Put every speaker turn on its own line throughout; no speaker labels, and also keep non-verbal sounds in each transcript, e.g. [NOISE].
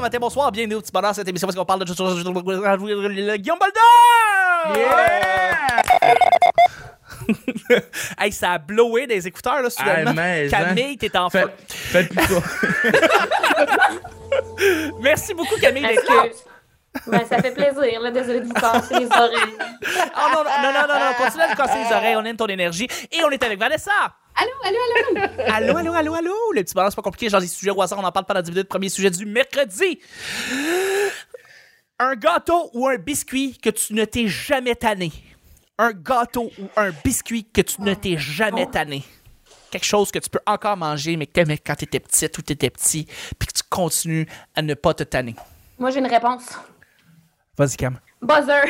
matin, bonsoir, bienvenue au petit bonheur cette émission parce qu'on parle de Guillaume Baldur! Yeah! hey, ça a blowé des écouteurs, là, soudainement.
Ah, mais, hein.
Camille, t'es en feu.
Faites, faites plus [LAUGHS] ça.
Merci beaucoup, Camille, d'être là.
Excuse. Ben, ça fait plaisir, là. Désolée de vous casser les oreilles.
Ah, non, non, non, non, non, continue à nous casser les oreilles, on aime ton énergie. Et on est avec Vanessa!
Allô, allô, allô?
Allô, allô, allô, allô! Le petit bonheur, c'est pas compliqué. Genre, des sujets au hasard, on en parle pendant 10 minutes. Premier sujet du mercredi. Un gâteau ou un biscuit que tu ne t'es jamais tanné. Un gâteau ou un biscuit que tu ne t'es jamais tanné. Quelque chose que tu peux encore manger, mais que t'aimais quand t'étais petite ou t'étais petit, puis que tu continues à ne pas te tanner.
Moi, j'ai une réponse.
Vas-y, Cam. [LAUGHS]
Buzzer!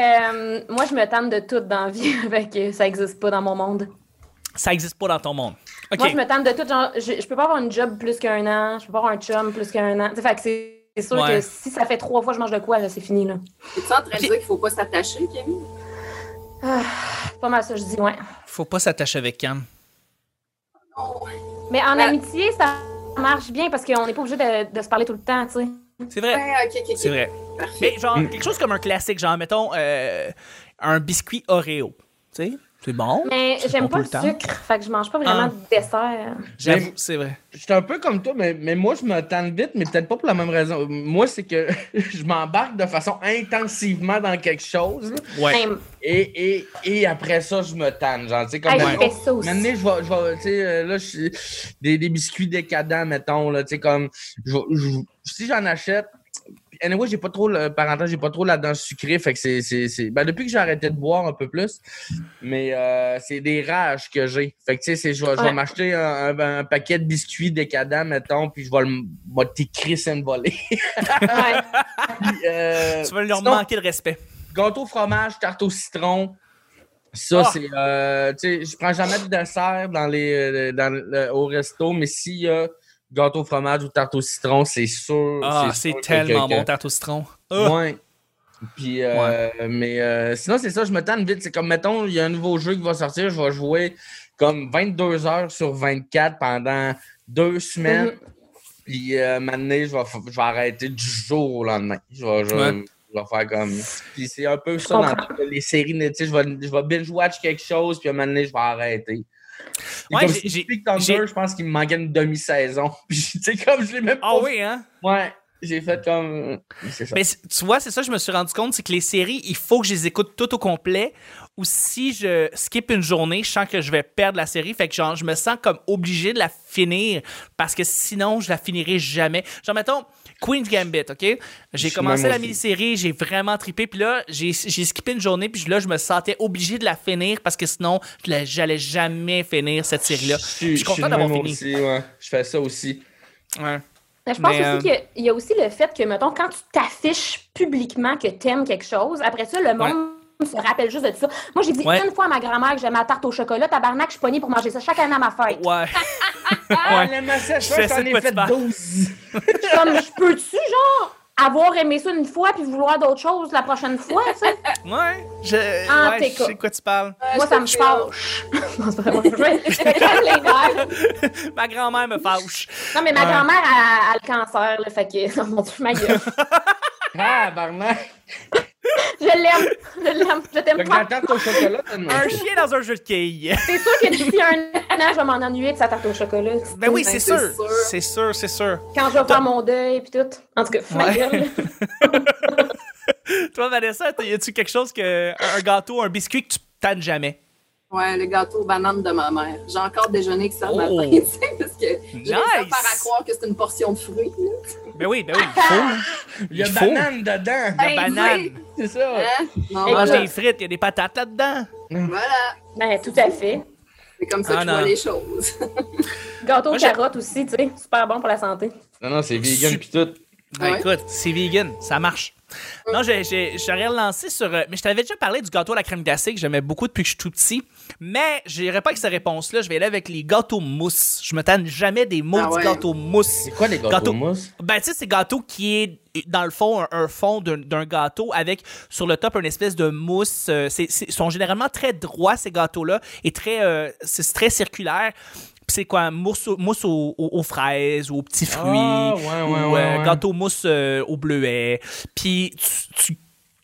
Euh, moi, je me tente de tout dans la vie. [LAUGHS] fait que ça n'existe pas dans mon monde.
Ça existe pas dans ton monde. OK.
Moi, je me tente de tout. Genre, je, je peux pas avoir une job plus qu'un an. Je peux pas avoir un chum plus qu'un an. Tu sais, fait que c'est c'est sûr
Ouais.
que si ça fait trois fois que je mange de quoi, là, c'est fini, là.
T'es-tu en train de dire qu'il faut pas s'attacher, Camille?
C'est pas mal ça, je dis, ouais.
Faut pas s'attacher avec Cam.
Mais en
Ah.
amitié, ça marche bien parce qu'on n'est pas obligé de, de se parler tout le temps, tu sais.
C'est vrai.
Ben,
Ouais, ok, ok, ok.
C'est vrai. Mais genre,
Mm.
quelque chose comme un classique, genre, mettons, euh, un biscuit Oreo. Tu sais, c'est bon.
Mais
C'est
j'aime
bon tout
pas le
le temps.
sucre, fait que je mange pas
Ah.
vraiment de dessert.
J'avoue, c'est vrai.
Je suis un peu comme toi, mais, mais moi, je me tente vite, mais peut-être pas pour la même raison. Moi, c'est que [LAUGHS] je m'embarque de façon intensivement dans quelque chose. là.
Ouais.
Même.
Et, et, et après ça, je me tanne. Genre, tu sais, comme
Hey,
mettons,
je fais ça aussi.
Maintenant, je vais, je vais, tu sais, euh, là, je suis- des, des biscuits décadents, mettons, là, tu sais, comme, je vais- je- si j'en achète, anyway, j'ai pas trop, le parentage, j'ai pas trop la dent sucrée, fait que c'est, c'est, c'est- ben, depuis que j'ai arrêté de boire un peu plus, mais euh, c'est des rages que j'ai. Fait que, tu sais, c'est- je vais, je vais
Ouais.
m'acheter un, ben, un- un paquet de biscuits décadents, mettons, puis je vais le, moi, t'es Chris and voler.
Ouais.
[LAUGHS] Euh,
Tu veux leur
sinon,
manquer de respect.
Gâteau au fromage, tarte au citron. Ça,
Ah!
c'est. Euh, tu sais, je prends jamais de dessert dans les, euh, dans le- au resto, mais s'il y a gâteau au fromage ou tarte au citron, Oh, c'est sûr.
Ah, c'est
sûr que-
tellement
que-
bon, tarte au citron.
que-
Ah,
Ouais. Puis, euh, mais euh, sinon, c'est ça, je me tente vite. C'est comme, mettons, il y a un nouveau jeu qui va sortir, je vais jouer comme 22 heures sur 24 pendant deux semaines. Puis, euh, maintenant, je vais, f- je vais arrêter du jour au lendemain. Je vais, je-
Ouais.
je vais faire comme. Puis, c'est un peu ça dans toutes les séries Netflix. Je vais, je vais binge-watch quelque chose, puis maintenant, je vais arrêter. Et
Ouais,
comme
j'ai-
si
j'ai-
Big Thunder,
j'ai-
je pense qu'il me manquait une demi-saison. [LAUGHS] Puis, tu sais, comme je l'ai même
Ah
pas.
oui, hein?
Ouais, j'ai fait comme. C'est ça.
Mais c- tu vois, c'est ça, je me suis rendu compte, c'est que les séries, il faut que je les écoute toutes au complet. Ou si je skip une journée, je sens que je vais perdre la série. Fait que genre, je me sens comme obligé de la finir parce que sinon, je la finirai jamais. Genre, mettons, Queen's Gambit, OK? J'ai
suis
commencé
même
la
aussi.
mini-série, j'ai vraiment trippé. Puis là, j'ai j'ai skippé une journée, puis là, je me sentais obligé de la finir parce que sinon, je la- j'allais jamais finir cette série-là.
Je
Je
suis
suis
je suis
content
le
d'avoir
même
fini.
aussi, ouais. Je fais ça aussi.
Ouais.
Mais je pense
Mais,
aussi qu'il y a aussi le fait que, mettons, quand tu t'affiches publiquement que t'aimes quelque chose, après ça, le monde se rappelle juste de ça. Moi, j'ai dit
Ouais.
une fois à ma grand-mère que j'aimais la tarte au chocolat, tabarnak, je suis pognée pour manger ça chaque année à ma fête.
Ouais. [LAUGHS]
Ah,
Ouais.
le massage,
Je sais
je t'en
de quoi
ai
tu
fait
parles.
12.
Je suis comme, je peux-tu, genre, avoir aimé ça une fois puis vouloir d'autres choses la prochaine fois, tu [LAUGHS] sais?
Ouais. Je,
En
ouais, je
tout cas.
sais de quoi tu parles.
Ouais,
Moi,
je
ça me
comprends.
fâche. [LAUGHS] Non, c'est pas vrai. Je me crève les nerfs.
Ma grand-mère me fâche.
Non, mais ma
Ouais.
grand-mère a, a le cancer, là, fait que, [LAUGHS] non, mon Dieu, ma gueule.
Ah, barnac.
Je l'aime, je l'aime, je
Fait
t'aime
que
pas.
j'attends ton chocolat,
[LAUGHS]
t'as demandé.
Un chien dans un jeu de quilles.
C'est sûr que d'ici un an, je vais m'en ennuyer de sa tarte au chocolat.
[LAUGHS] Ben oui,
Ben,
c'est
c'est
sûr.
sûr.
C'est sûr, c'est sûr.
Quand je vais faire mon deuil puis tout. En tout cas, ma
Ouais.
gueule.
Toi, Vanessa, t'as- y a-tu quelque chose que. Un un gâteau, un biscuit que tu tannes jamais?
Ouais, le gâteau aux bananes de ma mère. J'ai encore déjeuné avec ça le matin,
Oh.
[LAUGHS] tu sais, parce que
Nice.
j'ai réussi à faire à croire que c'est une portion de fruits. là.
Ben oui,
[LAUGHS]
ben oui, il faut.
Il y a
Il faut.
banane dedans.
La
Hey,
banane.
tu sais,
C'est ça.
Hein? Non,
Et
On mange
là-
des frites, il y a des patates là-dedans.
voilà.
Ben, tout à fait.
C'est comme ça
Ah,
que je vois
non.
les choses. [LAUGHS]
Gâteau
Moi,
aux
j'ai-
carottes aussi, tu sais. Super bon pour la santé.
Non, non, c'est vegan
Sup-
pis tout.
Ben
Ouais.
écoute, c'est vegan, ça marche. Non, j'ai- j'ai- j'aurais relancé sur. euh, Mais je t'avais déjà parlé du gâteau à la crème glacée que j'aimais beaucoup depuis que je suis tout petit. Mais j'irai pas avec cette réponse-là. Je vais aller avec les gâteaux mousse. Je me tanne jamais des mots
Ah ouais.
gâteaux mousse.
C'est quoi les gâteaux
Gâteau.
mousse?
Ben, tu sais, c'est gâteau qui est, dans le fond, un, un fond d'un- d'un gâteau avec, sur le top, une espèce de mousse. euh, c'est- c'est- sont généralement très droits, ces gâteaux-là, et très, euh, c'est très circulaire. Puis C'est quoi, mousse, au- mousse aux, aux- aux fraises, aux petits fruits,
Ah, ouais, ouais,
ou, euh,
ouais, ouais.
gâteau mousse euh, au bleuet. Puis tu- tu-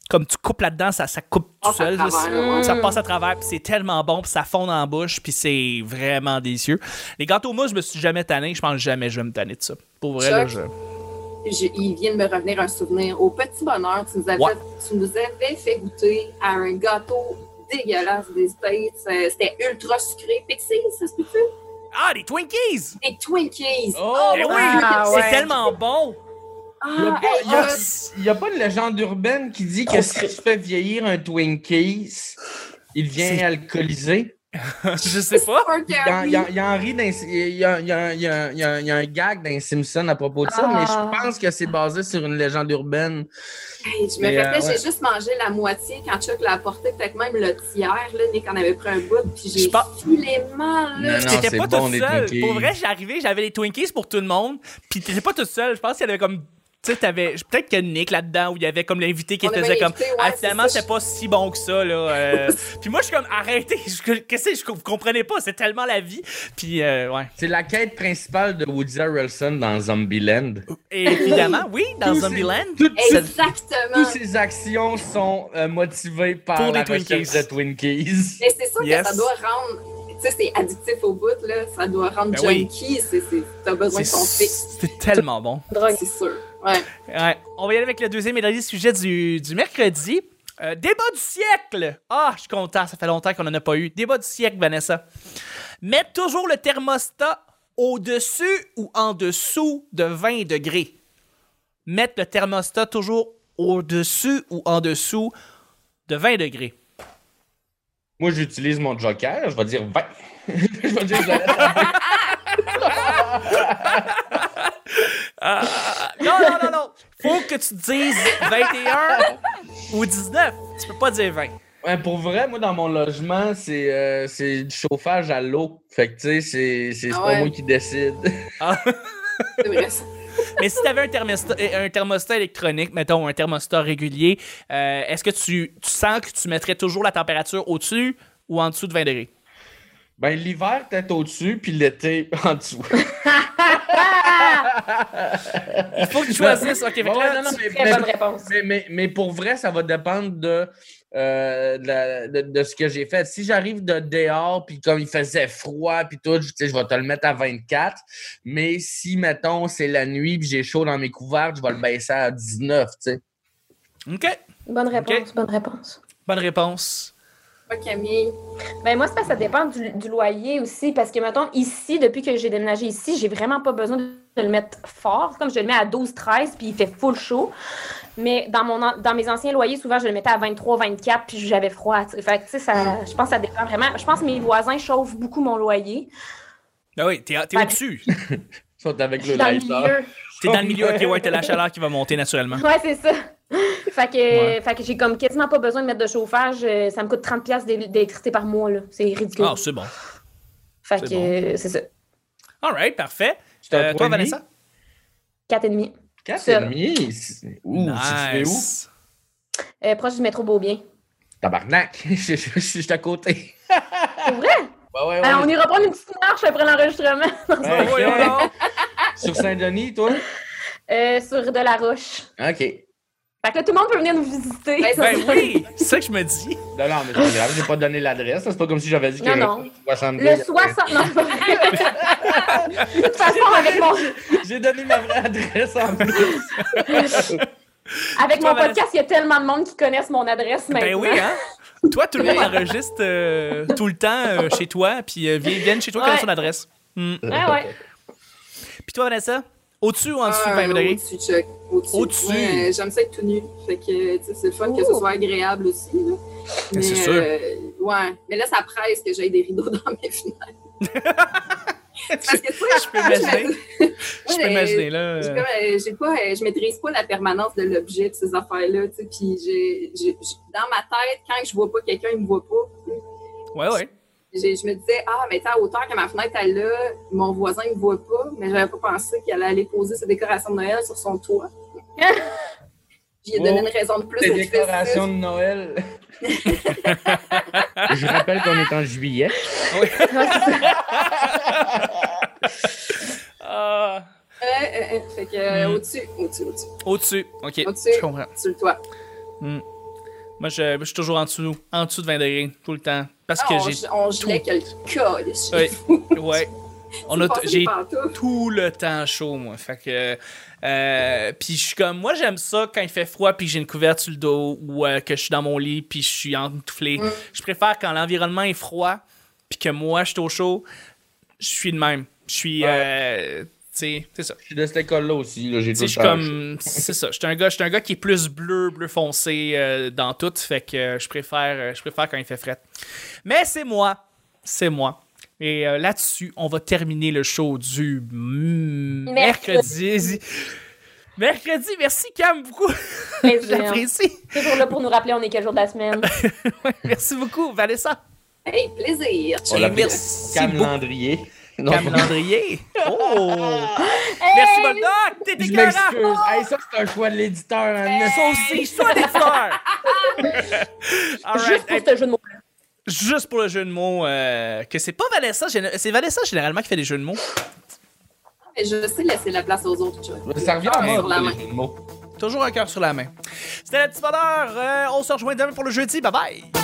comme tu coupes là-dedans, ça, ça coupe tout
Passe à
seul. là,
travers,
c'est-
ouais.
Ça passe à travers, puis c'est tellement bon, puis ça fond dans la bouche, puis c'est vraiment délicieux. Les gâteaux mousse, je me suis jamais tanné, je pense que jamais je vais me tanner de ça. Pour vrai, là,
Chuck,
je-
J'ai- il vient de me revenir un souvenir. Au petit bonheur, tu nous avais,
Ouais.
tu nous avais fait goûter à un gâteau dégueulasse des States. Euh, C'était ultra sucré. Pixies, ça se peut-tu?
Ah, les Twinkies!
Des Twinkies.
Oh,
Eh oui!
Ah,
c'est
ouais.
tellement
[LAUGHS]
bon!
Il n'y a,
Ah,
pas-
hey,
y a-
euh,
y a pas une légende urbaine qui dit que si tu fais vieillir un Twinkies, il devient
C'est-
alcoolisé.
je sais pas.
Parker
Il y a- il y
Lee.
a- il y a un rit dans les- il y a- il y a- il y a- il y a- il y a un gag dans les Simpsons à propos de ça,
Ah.
mais je pense que c'est basé sur une légende urbaine.
Hey, je me
Mais,
rappelais,
euh, ouais.
j'ai juste mangé la moitié quand Chuck l'a apporté, peut-être même le tiers, là, Nick en avait pris un bout, puis
Je
j'ai
pense-
filément, là.
Non, non.
T'étais
c'est
pas
bon,
toute
les
seule.
Twinkies.
Pour vrai, j'arrivais, j'avais les Twinkies pour tout le monde, puis t'étais pas toute seule. Je pense qu'il y avait comme. Tu sais, t'avais. Peut-être qu'il y a Nick là-dedans, où il y avait comme l'invité qui
On avait
faisait comme.
l'invité, ouais,
ah,
c'est
finalement,
ça,
c'était
je-
pas si bon que ça, là. euh.
[LAUGHS]
puis moi, je suis comme, arrêtez. je- Qu'est-ce que je vous comprenais pas? C'est tellement la vie. Puis, euh, ouais.
C'est la quête principale de Woody Harrelson dans Zombieland.
[LAUGHS]
Et évidemment, oui, dans
Tous ces-
Zombieland.
toutes- toutes-
Exactement.
Toutes ses actions sont euh, motivées par
Pour
la
des
recherche
Twinkies.
de
[LAUGHS]
Twinkies.
Mais c'est sûr
Yes.
que ça doit rendre. Tu sais, c'est addictif au bout, là. Ça doit rendre
Ben oui.
junkie. c'est c'est- T'as besoin
C'est
de ton fixe,
c'est tellement bon.
Drogue.
c'est sûr. Ouais.
Ouais. On va y aller avec le deuxième et dernier sujet du, du mercredi. Euh, débat du siècle! Ah, je suis content, ça fait longtemps qu'on n'en a pas eu. Débat du siècle, Vanessa. Mettre toujours le thermostat au-dessus ou en dessous de 20 degrés. Mettre le thermostat toujours au-dessus ou en dessous de 20 degrés.
Moi, j'utilise mon joker, je vais dire 20. [LAUGHS] je vais dire je le laisse à
Non, non, non, non! Faut que tu dises 21 ou 19. Tu peux pas dire 20.
Ouais, pour vrai, moi, dans mon logement, c'est euh, c'est du chauffage à l'eau. Fait que, tu sais, c'est c'est- c'est
Ah
pas
ouais.
moi qui décide. [LAUGHS]
Ah.
C'est
[LAUGHS]
vrai, ça.
Mais si tu avais un thermostat, euh, un thermostat électronique, mettons, un thermostat régulier, euh, est-ce que tu, tu sens que tu mettrais toujours la température au-dessus ou en dessous de 20 degrés?
ben, l'hiver, peut-être au-dessus, puis l'été, en dessous.
Il faut que tu choisisses. OK, fait que
Ouais,
là,
non, non,
tu-
mais-
Très
mais-
bonne réponse.
Mais, mais- mais pour vrai, ça va dépendre de, euh, de, la- de- de ce que j'ai fait. Si j'arrive de dehors, puis comme il faisait froid, puis tout, je, tu sais, je vais te le mettre à 24. Mais si, mettons, c'est la nuit, puis j'ai chaud dans mes couverts, je vais le baisser à 19, tu sais.
OK,
Bonne réponse,
Ok.
bonne réponse.
bonne réponse.
Pas Camille.
Ben moi, c'est parce que ça dépend du, du loyer aussi. Parce que, mettons, ici, depuis que j'ai déménagé ici, j'ai vraiment pas besoin de le mettre fort. Comme je le mets à 12, 13, puis il fait full chaud. Mais dans, mon, an- dans mes anciens loyers, souvent, je le mettais à 23, 24, puis j'avais froid. tu sais. Fait que, tu sais, ça, je pense que ça dépend vraiment. Je pense que mes voisins chauffent beaucoup mon loyer.
Ah oui, t'es t'es
Ouais.
au-dessus.
Ils sont avec
Je suis
le
dans le
lighter.
milieu.
T'es dans le milieu, [LAUGHS] OK, ouais, t'as la chaleur qui va monter naturellement.
Ouais, c'est ça. [LAUGHS] fait que,
Ouais.
fait que j'ai comme quasiment pas besoin de mettre de chauffage. Euh, Ça me coûte 30$ piastres d'é- d'électricité par mois. là. C'est ridicule.
Ah, c'est bon.
fait
c'est
que,
bon.
euh, c'est ça.
All right, parfait.
C'est un
Euh, toi,
trois et demi?
Vanessa?
4,5.
Quatre et demi? C'est- Ouh, situé où?
Nice.
Euh, proche du métro Beaubien.
Tabarnak, [LAUGHS] je je- je suis juste à côté.
C'est vrai? Ben,
Ouais, ouais, ouais.
Alors, Euh, on ira prendre une petite marche après l'enregistrement
Ouais,
Ok.
ouais, [LAUGHS] ouais.
Sur Saint-Denis, toi?
[LAUGHS] euh, sur de la roche.
OK.
Fait que là, tout le monde peut venir nous visiter.
Ben,
Ben oui, c'est ça que je me dis.
Non, non, mais c'est pas grave, j'ai pas donné l'adresse. là. C'est pas comme si j'avais dit que
Non, non. Le [LAUGHS]
72.
60. Non, c'est pas
[LAUGHS]
vrai. De toute façon, avec mon,
[LAUGHS] J'ai donné ma vraie adresse en plus.
avec
Toi,
mon
Vanessa.
podcast, il y a tellement de monde qui connaissent mon adresse
Ben
maintenant.
oui,
[LAUGHS]
hein? Toi, tout le monde enregistre euh, tout le temps euh, chez toi, puis euh, vi- viennent chez toi quand
Ouais.
son adresse. Hmm.
Ah ouais.
Puis toi, Vanessa, Euh, au-dessus ou en dessous de 20
Ah,
degrés?
Au-dessus, Chuck. Au-dessus.
Au-dessus.
Ouais, J'aime ça être tout nu. Fait que, tu sais, c'est le fun que ce
Ouh.
soit agréable aussi, là.
Mais c'est [LAUGHS]
[LAUGHS] euh, ouais. Mais là, ça presse que j'ai des rideaux dans mes fenêtres. Parce que, tu sais,
Je peux imaginer. Je peux
[LAUGHS] Ouais,
imaginer,
J'ai
là.
comme, euh, j'ai pas, euh, je maîtrise pas la permanence de l'objet, de ces affaires-là. tu sais, Puis j'ai- j'ai- j'ai- dans ma tête, quand je vois pas quelqu'un, il me voit pas.
Ouais, ouais.
J'ai- Je me disais, ah, mais tu sais, à hauteur que ma fenêtre est là, mon voisin il me voit pas, mais j'avais pas pensé qu'il allait aller poser ses décorations de Noël sur
[LAUGHS]
son toit. J'ai donné
Oh,
une raison de plus
Les
au festif.
décorations de Noël. [LAUGHS] Je rappelle qu'on est en juillet.
Ah,
Euh, euh, euh, fait que euh,
Hmm.
Mm.
au-dessus, au-dessus, au-dessus,
Au-dessus. OK.
Au-dessus.
Je comprends.
sur le toit.
Moi, je, je suis toujours en dessous, en dessous de 20 degrés, tout le temps. Parce
Ah,
que
on,
j'ai.
gi- on gelait que le col.
Ouais. Ouais. On a t- j'ai
tout.
tout le temps chaud, moi. Fait que. euh, puis je suis comme. Moi, j'aime ça quand il fait froid, puis que j'ai une couverte sur le dos, ou euh, que je suis dans mon lit, puis je suis entouflé. Je préfère quand l'environnement est froid, puis que moi, je suis au chaud, je suis de même. Je suis.
Ouais.
euh, tu sais, c'est ça.
Je suis de cette école-là aussi. Là, j'ai
Tu sais,
tout le
je suis
temps chaud.
comme. C'est ça. Je suis un, gars- je suis un gars qui est plus bleu, bleu foncé euh, dans tout. Fait que euh, je préfère, euh, je préfère quand il fait fret. Mais c'est moi. C'est moi. Et euh, là-dessus, on va terminer le show du mm, mercredi.
Mercredi.
Mercredi, merci Cam beaucoup. [LAUGHS]
Plaisir.
J'apprécie.
Toujours là pour nous rappeler on est quel jour de la semaine.
Merci beaucoup, Vanessa.
Hey, plaisir.
On l'appelle
merci
Cam
beaucoup.
Landrier. Non,
Cam
[LAUGHS]
Landrier. Oh! Merci, Boldoc. T'es
je
dégueulasse.
m'excuse. Hey, ça, c'est un choix de l'éditeur. hein.
Ça aussi, soit des
[LAUGHS]
fleurs. All right.
Juste pour
Hey,
ce jeu de mots.
juste pour le jeu de mots, euh, que c'est pas Vanessa, géné- c'est Vanessa généralement qui fait des jeux de mots.
Mais je sais laisser la place aux autres. tu vois.
Ça revient à
Ah,
moi,
sur la
les
main.
jeux de mots.
Toujours un cœur sur la main. C'était la petite bonheur, euh, on se rejoint demain pour le jeudi, bye bye!